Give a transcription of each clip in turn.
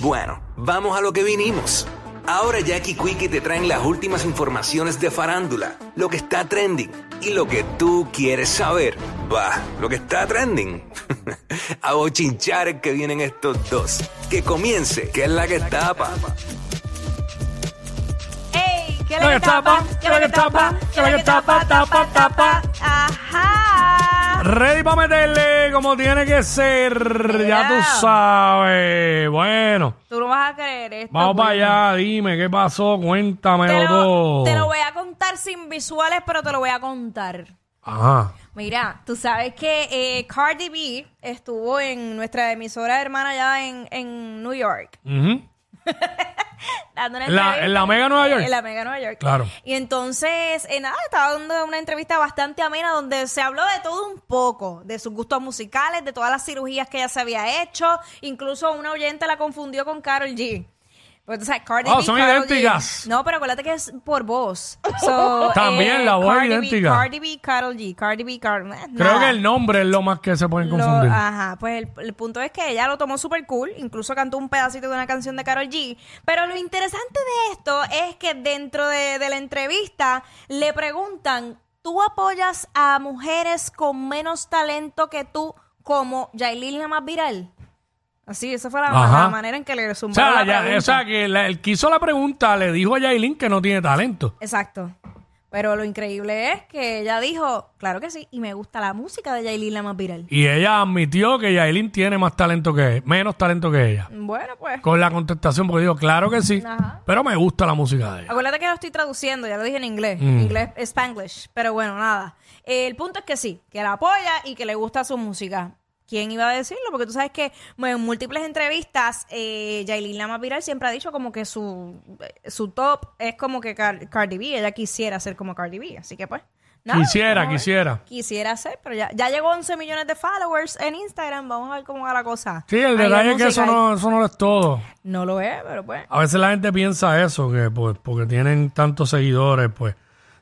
Bueno, vamos a lo que vinimos. Ahora Jackie Quickie te traen las últimas informaciones de farándula, lo que está trending y lo que tú quieres saber. Va, lo que está trending. a bochinchar que vienen estos dos. Que comience, que es la que tapa. ¡Ey! ¿Qué La le que tapa? tapa, ¿Qué le tapa? ¿Qué le tapa? Tapa, tapa. Ajá. Ready para meterle como tiene que ser. Ya Yeah. tú sabes. Bueno, Tú no vas a creer esto. vamos para Wilma. allá. Dime qué pasó. Cuéntamelo Te lo, todo. te lo voy a contar sin visuales, pero te lo voy a contar. Ajá. Mira, tú sabes que eh, Cardi B estuvo en nuestra emisora hermana allá en, en New York. Ujú. dando una ¿En la- entrevista. en la Mega Nueva York? En la Mega Nueva York. Claro. Y entonces, eh, nada, estaba dando una entrevista bastante amena donde se habló de todo un poco, de sus gustos musicales, de todas las cirugías que ella se había hecho. Incluso una oyente la confundió con Carol G. Pues, tú sabes, Cardi Oh, B, son Karol G. idénticas. No, pero acuérdate que es por voz. So, eh, También la voz Cardi B, idéntica. Cardi B, Carol G. Cardi B, Carol eh, Creo nada. que el nombre es lo más que se pueden Lo- confundir. ajá, pues el, el punto es que ella lo tomó súper cool, incluso cantó un pedacito de una canción de Carol G. Pero lo interesante de esto es que dentro de, de la entrevista le preguntan, ¿tú apoyas a mujeres con menos talento que tú como Yailin la más viral? Así, esa fue la, Ajá. la manera en que le o zumbaron sea, la ya- pregunta. o sea, que la- el que hizo la pregunta le dijo a Yailin que no tiene talento. Exacto. Pero lo increíble es que ella dijo, claro que sí, y me gusta la música de Yailin la más viral. Y ella admitió que Yailin tiene más talento que menos talento que ella. Bueno, pues... Con la contestación, porque dijo, claro que sí, Ajá. pero me gusta la música de ella. Acuérdate que lo estoy traduciendo, ya lo dije en inglés, Mm. inglés spanglish, pero bueno, nada. El punto es que sí, que la apoya y que le gusta su música. ¿Quién iba a decirlo? Porque tú sabes que bueno, en múltiples entrevistas, eh, Yailin Lama Viral siempre ha dicho como que su, eh, su top es como que Car- Cardi B, ella quisiera ser como Cardi B, así que pues, nada. Quisiera, vamos a ver. quisiera. Quisiera ser, pero ya, ya llegó 11 millones de followers en Instagram, vamos a ver cómo va la cosa. Sí, el A nivel detalle es que eso musical. no, eso no lo es todo. No lo es, pero pues... A veces la gente piensa eso, que pues, porque tienen tantos seguidores, pues.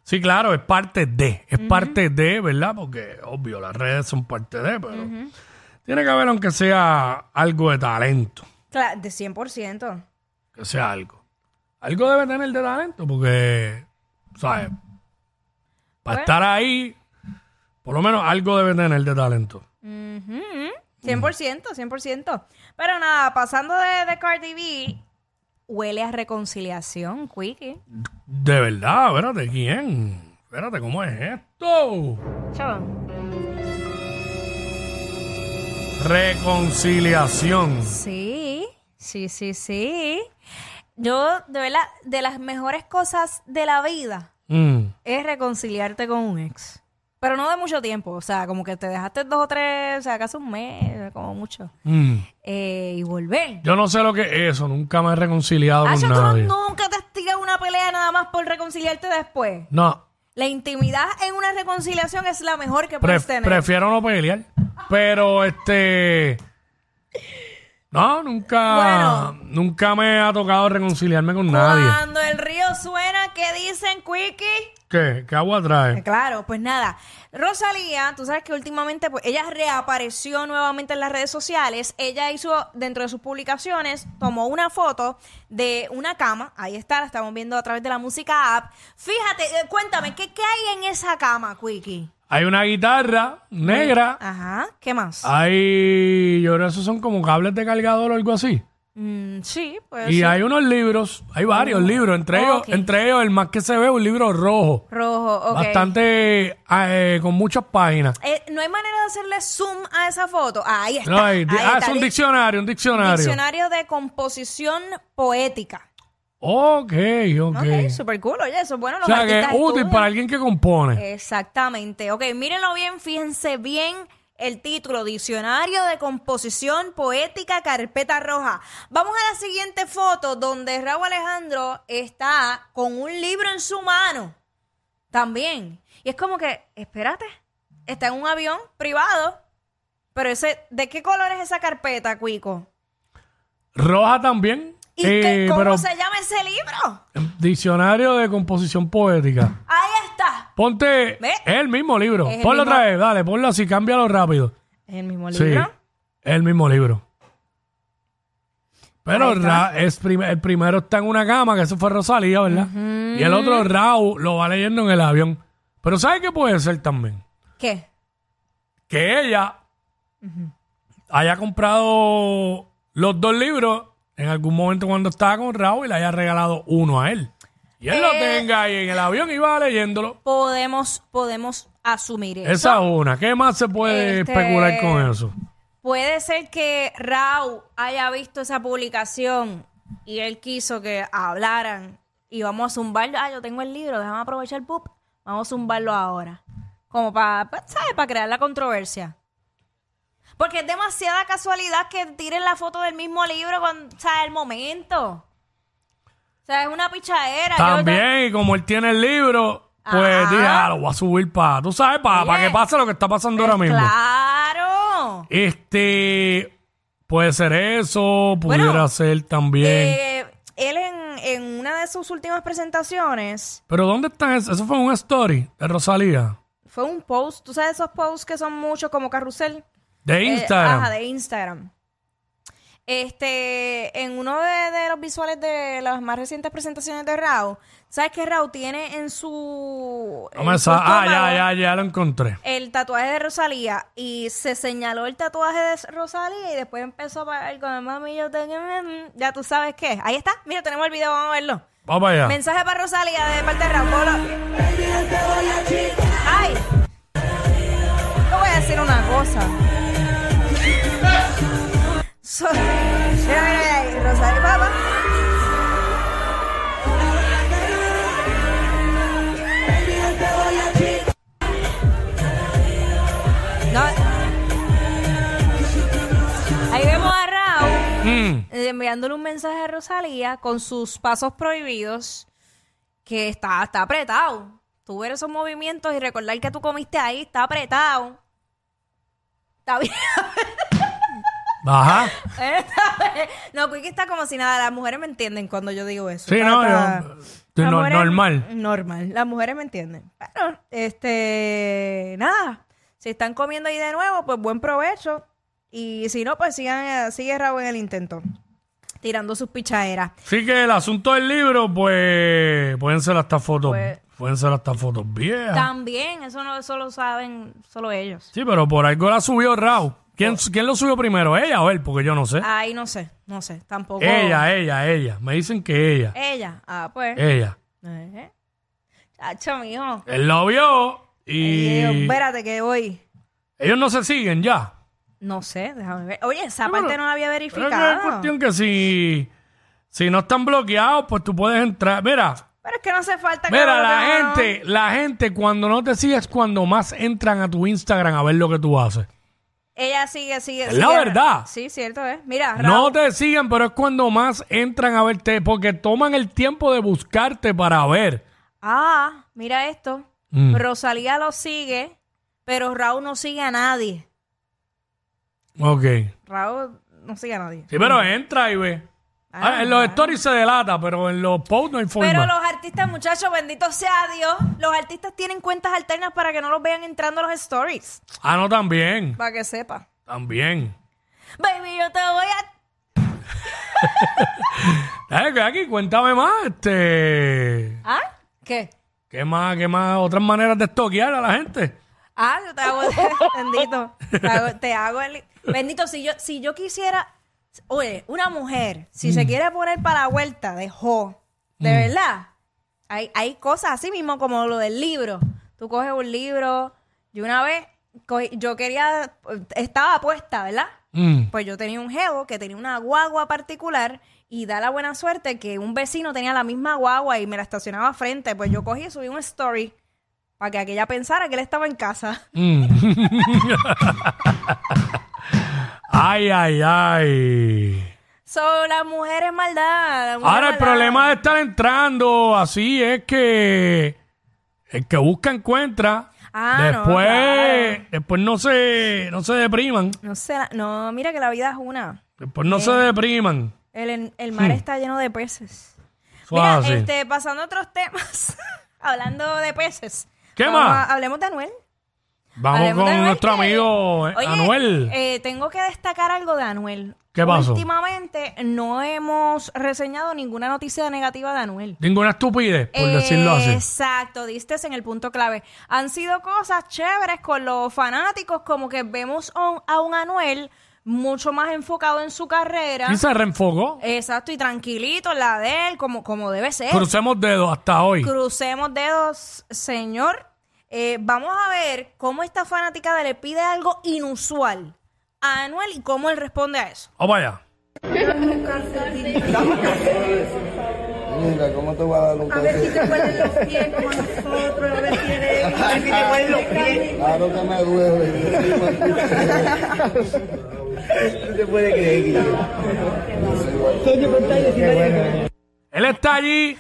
Sí, claro, es parte de, es parte de, ¿verdad? Porque, obvio, las redes son parte de, pero tiene que haber, aunque sea algo de talento, cla- De 100%. que sea algo. Algo debe tener de talento, porque, ¿sabes? Para Bueno. estar ahí, por lo menos algo debe tener de talento. Ujú, 100%, 100%. Pero nada, pasando de, de Cardi B, huele a reconciliación, Quickie. De verdad, espérate, ¿quién? Espérate, ¿cómo es esto? Chabón. Reconciliación. Sí, sí, sí, sí. Yo, de verdad, de las mejores cosas de la vida Mm. es reconciliarte con un ex. Pero no de mucho tiempo, o sea, como que te dejaste dos o tres, o sea, casi un mes, como mucho. Mm. Eh, y volver. Yo no sé lo que es eso, nunca me he reconciliado Hacho, con Ah, tú no- nadie. No. nunca te has tirado una pelea nada más por reconciliarte después. La intimidad en una reconciliación es la mejor que pre- puedes tener. prefiero no pelear. Pero este. No, nunca. Nunca me ha tocado reconciliarme con nadie. Cuando el río suena, ¿qué dicen, Quickie? ¿Qué? ¿Qué agua Eh, trae? Claro, pues nada. Rosalía, tú sabes que últimamente pues, ella reapareció nuevamente en las redes sociales. Ella hizo, dentro de sus publicaciones, tomó una foto de una cama. Ahí está, la estamos viendo a través de la música app. Fíjate, eh, cuéntame, ¿qué, ¿qué hay en esa cama, Quickie? Hay una guitarra negra. Ajá, ¿qué más? Ah. Hay. Yo creo que esos son como cables de cargador o algo así. Mm, sí, pues. Y sí. hay unos libros, hay varios libros, entre Oh, ellos, ok. entre ellos el más que se ve es un libro rojo, Rojo, ok. bastante eh, con muchas páginas. Eh, no hay manera de hacerle zoom a esa foto. Ahí está. No hay- ahí ah, es está. un Dic- diccionario, un diccionario. diccionario de composición poética. Ok, ok. Ok, super cool. Oye, eso es bueno. o Los sea que es artistas útil estudian. para alguien que Eh. compone. Exactamente. Ok, mírenlo bien, fíjense bien el título, Diccionario de Composición Poética Carpeta Roja. Vamos a la siguiente foto donde Raúl Alejandro está con un libro en su mano. También. Y es como que, espérate, está en un avión privado. Pero ese, ¿de qué color es esa carpeta, Cuico? Roja también. ¿Y qué- eh, cómo pero se llama ese libro? diccionario de composición poética. Ahí está. Ponte Ve. es el mismo libro. Es el ponlo mismo- otra vez, dale, ponlo así, cámbialo rápido. Es el mismo Sí, libro. es el mismo libro. Pero Ra- es prim- el primero está en una cama, que eso fue Rosalía, ¿verdad? Y el otro, Raúl, lo va leyendo en el avión. Pero ¿sabe qué puede ser también? ¿Qué? Que ella haya comprado los dos libros en algún momento cuando estaba con Raúl y le haya regalado uno a él. Y él lo Eh. tenga ahí en el avión y va leyéndolo. Podemos, podemos asumir eso. Esa es una. ¿Qué más se puede Este- especular con eso? Puede ser que Raúl haya visto esa publicación y él quiso que hablaran y vamos a zumbarlo. Ah, yo tengo el libro, déjame aprovechar el pup. Vamos a zumbarlo ahora. Como para, ¿sabes? Para crear la controversia. Porque es demasiada casualidad que tiren la foto del mismo libro cuando, ¿sabes? El momento. O sea, es una pichadera. Yo- También, y como él tiene el libro, pues Ajá. tira, lo voy a subir para, tú sabes, para, Oye. que pase lo que está pasando ahora mismo. Claro. Este, puede ser eso, pudiera Bueno, ser también. Eh, él en, en una de sus últimas presentaciones Pero ¿dónde están? es- Eso fue un story de Rosalía, Fue un post, tú sabes esos posts que son muchos como carrusel. de Eh, Instagram. ajá, de Instagram. Este, en uno de, de los visuales de las más recientes presentaciones de Rao, ¿sabes que Rao tiene en su. No en me su sa- ah, ya, estómago ya, ya lo encontré. El tatuaje de Rosalía y se señaló el tatuaje de Rosalía y después empezó a pagar con el mami. Yo tengo. Ya tú sabes qué. Ahí está. Mira, tenemos el video, vamos a verlo. Vamos allá. Mensaje para Rosalía de parte de Raúl. Ay, yo voy a decir una cosa. So- mira, mira, ahí, Rosalía, papá. No. Ahí vemos a Raúl Mm, eh, enviándole un mensaje a Rosalía con sus pasos prohibidos, que está, está apretado. Tú ver esos movimientos y recordar que tú comiste ahí, está apretado. Está bien. ajá. no, Quick está como si nada. Las mujeres me entienden cuando yo digo eso. Sí, Está- no, está- yo- tú las no- mujeres- normal. Normal. Las mujeres me entienden. Pero, este, nada. Si están comiendo ahí de nuevo, pues buen provecho. Y si no, pues sigan, eh, sigue Raúl en el intento. Tirando sus pichaderas. Así que el asunto del libro, pues, pueden ser hasta fotos, Pues- pueden ser hasta fotos viejas. También, eso no eso lo saben solo ellos. Ah. Sí, pero por algo la subió Raúl. ¿Quién, Pues, ¿Quién lo subió primero? ¿Ella o él? Porque yo no sé. Ay, no sé, no sé, tampoco. ¿eh? Ella, eh. ella, ella. Me dicen que ella. Ella, ah, pues. Ella. Eh. Chacho, mijo. Él lo vio Eh, y. espérate que voy. Ellos no se siguen ya. No sé, déjame ver. Oye, esa Sí, parte pero- no la había Pero es que es verificado. cuestión que si. Si no están bloqueados, pues tú puedes entrar. Mira, Pero es que no hace falta que mira, lo la vean. gente, la gente cuando no te sigue es cuando más entran a tu Instagram a ver lo que tú haces. Ella sigue, sigue. Es sigue. la verdad. Sí, cierto es. Mira, No Raúl, te siguen, pero es cuando más entran a verte, porque toman el tiempo de buscarte para ver. Ah, mira esto. Mm. Rosalía lo sigue, pero Raúl no sigue a nadie. Ok. Raúl no sigue a nadie. Sí, pero entra y ve. Ah, en los stories se delata, pero en los posts no hay forma. Pero los artistas, muchachos, bendito sea Dios, los artistas tienen cuentas alternas para que no los vean entrando a los stories. Ah, no, también. Para que sepa. También. Baby, yo te voy a... Dale, que aquí, cuéntame más, este. ¿Ah? ¿Qué? ¿Qué más, qué más? Otras maneras de estoquear a la gente. Ah, yo te hago... bendito. Te hago, te hago el... Bendito, si yo, si yo quisiera... Oye, una mujer, si se quiere poner para la vuelta de jo, de verdad, hay, hay cosas así mismo como lo del libro. Tú coges un libro, yo una vez, cogí- yo quería, estaba apuesta, ¿verdad? Mm. Pues yo tenía un jevo que tenía una guagua particular y da la buena suerte que un vecino tenía la misma guagua y me la estacionaba frente. Pues yo cogí y subí un story para que aquella pensara que él estaba en casa. Ay, ay, ay. So, las mujeres maldad. las mujeres Ahora, el maldad. problema de estar entrando así es que el que busca encuentra. Ah, no, después, claro. después no se, no se depriman. No sé, la- no, mira que la vida es una. Después no Eh. se depriman. El, el Hmm. mar está lleno de peces. Mira, Suave. este, pasando a otros temas, hablando de peces. ¿Qué vamos más? a- hablemos de Anuel. Vamos Hablemos de con Anuel, nuestro que- amigo, eh, Oye, Anuel. eh, tengo que destacar algo de Anuel. ¿Qué pasó? Últimamente no hemos reseñado ninguna noticia negativa de Anuel. Ninguna estupidez, por decirlo así. Exacto, diste en el punto clave. Han sido cosas chéveres con los fanáticos, como que vemos a un- a un Anuel mucho más enfocado en su carrera. Y se reenfocó. Exacto, y tranquilito, la de él, como, como debe ser. Crucemos dedos hasta hoy. Crucemos dedos, señor. Eh, vamos a ver cómo esta fanaticada le pide algo inusual a Anuel y cómo él responde a eso. Vamos allá. Mira, ¿cómo te voy a dar un A ver si te consejo? ponen los pies como nosotros, a ver si eres. Claro que me duele. No te puede creer que Él está allí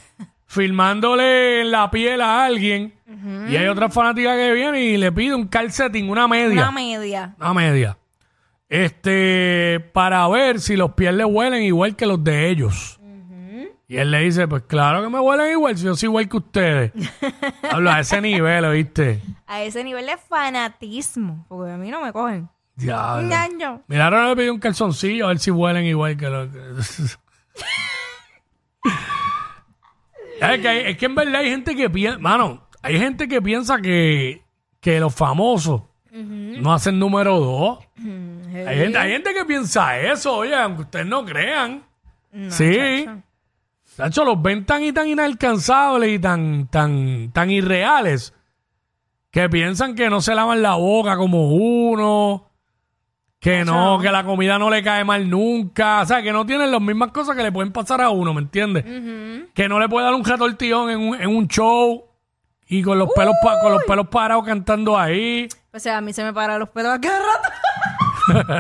filmándole en la piel a alguien. Y hay otra fanática que viene y le pide un calcetín, una media. Una media. Una media. Este, para ver si los pies le huelen igual que los de ellos. Y él le dice, pues claro que me huelen igual, si yo soy igual que ustedes. Hablo a ese nivel, ¿oíste? A ese nivel de fanatismo, porque a mí no me cogen. Diablo. Ñaño. Mira, ahora le pidió un calzoncillo a ver si huelen igual que los... es, que hay- es que en verdad hay gente que piensa... Mano, hay gente que piensa que, que los famosos no hacen número dos. hay, gente, hay gente que piensa eso, oye, aunque ustedes no crean. sí. Chacho, los ven tan y tan inalcanzables y tan, tan, tan irreales que piensan que no se lavan la boca como uno... Que no, que la comida no le cae mal nunca. O sea, que no tienen las mismas cosas que le pueden pasar a uno, ¿me entiendes? Que no le puede dar un retortillón en un, en un show y con los, pelos pa- con los pelos parados cantando ahí. O sea, a mí se me paran los pelos a cada rato.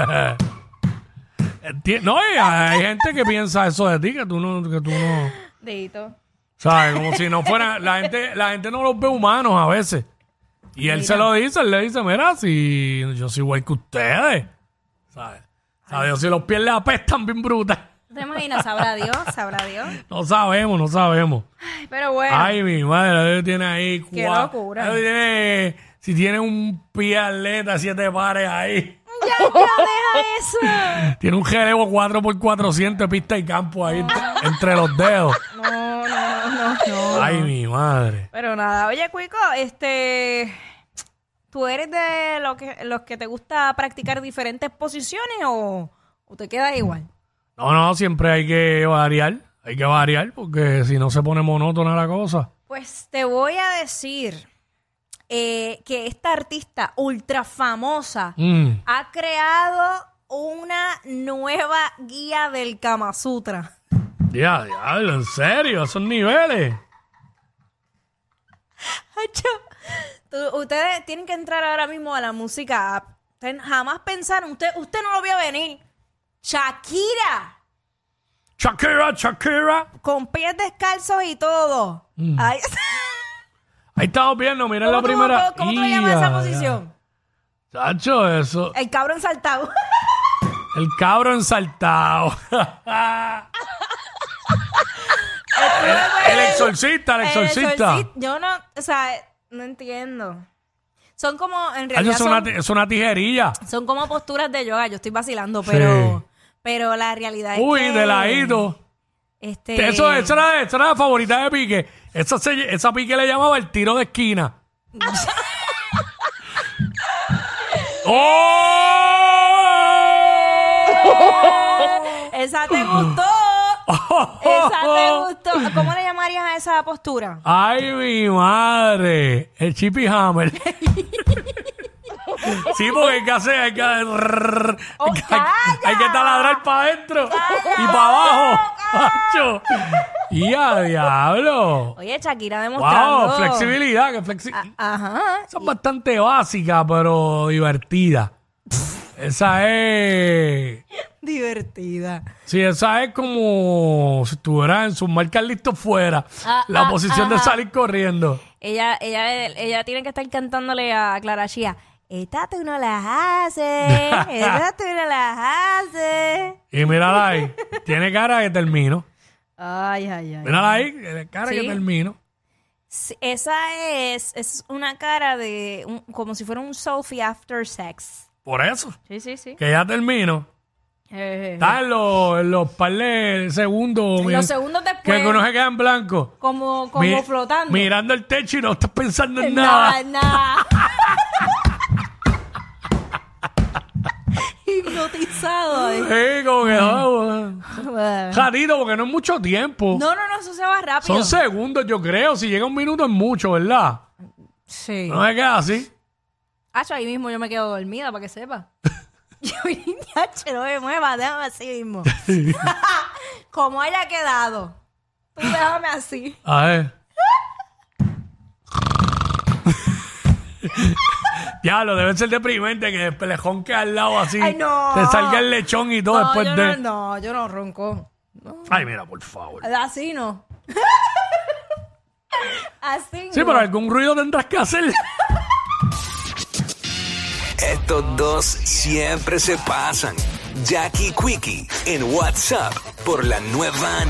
Enti- No, y hay gente que piensa eso de ti, que tú no... Que tú no Dedito. ¿Sabes? Como si no fuera... La gente, la gente no los ve humanos a veces. Y él se lo dice, él le dice, mira, si yo soy igual que ustedes. ¿Sabes? ¿Sabes? Yo si los pies le apestan bien brutas. ¿Te imaginas? Sabrá Dios, sabrá Dios. No sabemos, no sabemos. Ay, Pero bueno. Ay, mi madre, él tiene ahí Qué cua- locura. él tiene- si tiene un pie atleta, siete pares ahí. Ya, ya, deja eso. Tiene un relevo 4x400 de pista y campo ahí entre- entre los dedos. No, no, no, no. Ay, mi madre. Pero nada, oye, Cuico, este. ¿Tú eres de lo que, los que te gusta practicar diferentes posiciones o, o te queda igual? No, no, siempre hay que variar. Hay que variar porque si no se pone monótona la cosa. Pues te voy a decir eh, que esta artista ultra famosa Mm. ha creado una nueva guía del Kama Sutra. Ya, diablo, en serio, esos niveles. Hacho, tú- ustedes tienen que entrar ahora mismo a la música app. Ustedes jamás pensaron, usted, usted no lo vio venir. Shakira, Shakira, Shakira. con pies descalzos y todo. Ay, Ahí estamos viendo, miren ¿Cómo Mm. la tú- primera. ¿Cómo, cómo tú le llamas Ya, esa ya. posición? Chacho, eso. El cabrón saltado. El cabro ensaltado. el exorcista, el exorcista. exorci- Yo no, o sea, no entiendo. Son como, en Ay, realidad, Ah, Es una, son, ti- es una tijerilla. son como posturas de yoga. Yo estoy vacilando, pero, pero la realidad es Uy, que... de ladito. Este, Eso, esa, era, esa era la favorita de Pique. Esa, se- esa Pique le llamaba el tiro de esquina. ¡Oh! Esa te gustó. Esa te gustó. ¿Cómo le llamarías a esa postura? ¡Ay, mi madre! El Chippy Hammer. sí, porque hay que hacer, hay que, hay, Oh, que- calla. hay que taladrar para adentro y para abajo. ¡Acho! ¡Y a diablo! Oye, Shakira demostrando. ¡Wow! Flexibilidad, que flexi Ah. Ajá. Son bastante básicas, pero divertidas. esa es. Divertida. Sí, esa es como si estuviera en sus marcas listos fuera. Ah, la ah, posición de ajá. salir corriendo. Ella, ella, ella tiene que estar cantándole a Clara Chía. Esta tú no la haces. Esta tú no la haces. Y mírala ahí. Tiene cara que termino. Ay, ay, ay. Mírala ahí. Tiene cara Sí. que termino. Sí, Esa es, es una cara de un- como si fuera un selfie after sex. Por eso, Sí, sí, sí. que ya termino. Eh, Está en los, en los par de segundos. En mi- los segundos después. Que uno se queda en blanco. como como Mi- flotando. Mirando el techo y no estás pensando en nada, nada. nada. Hipnotizado. eh. Sí, como que, ah, jadido, porque no es mucho tiempo. No, no, no, eso se va rápido. Son segundos, yo creo. Si llega un minuto es mucho, ¿verdad? sí. No me queda así. Hacho, ahí mismo yo me quedo dormida, para que sepa. yo, Hacho, no me mueva, déjame así mismo. Como haya quedado. Tú déjame así. A ver. Diablo, debe ser deprimente que después le jonque al lado así. Ay, no. Te salga el lechón y no, todo después yo de. no, no, yo no ronco. Ay, mira, por favor. Así no. así Sí, no. pero algún ruido tendrás que hacer. Estos dos siempre se pasan. Jackie Quickie en WhatsApp por la nueva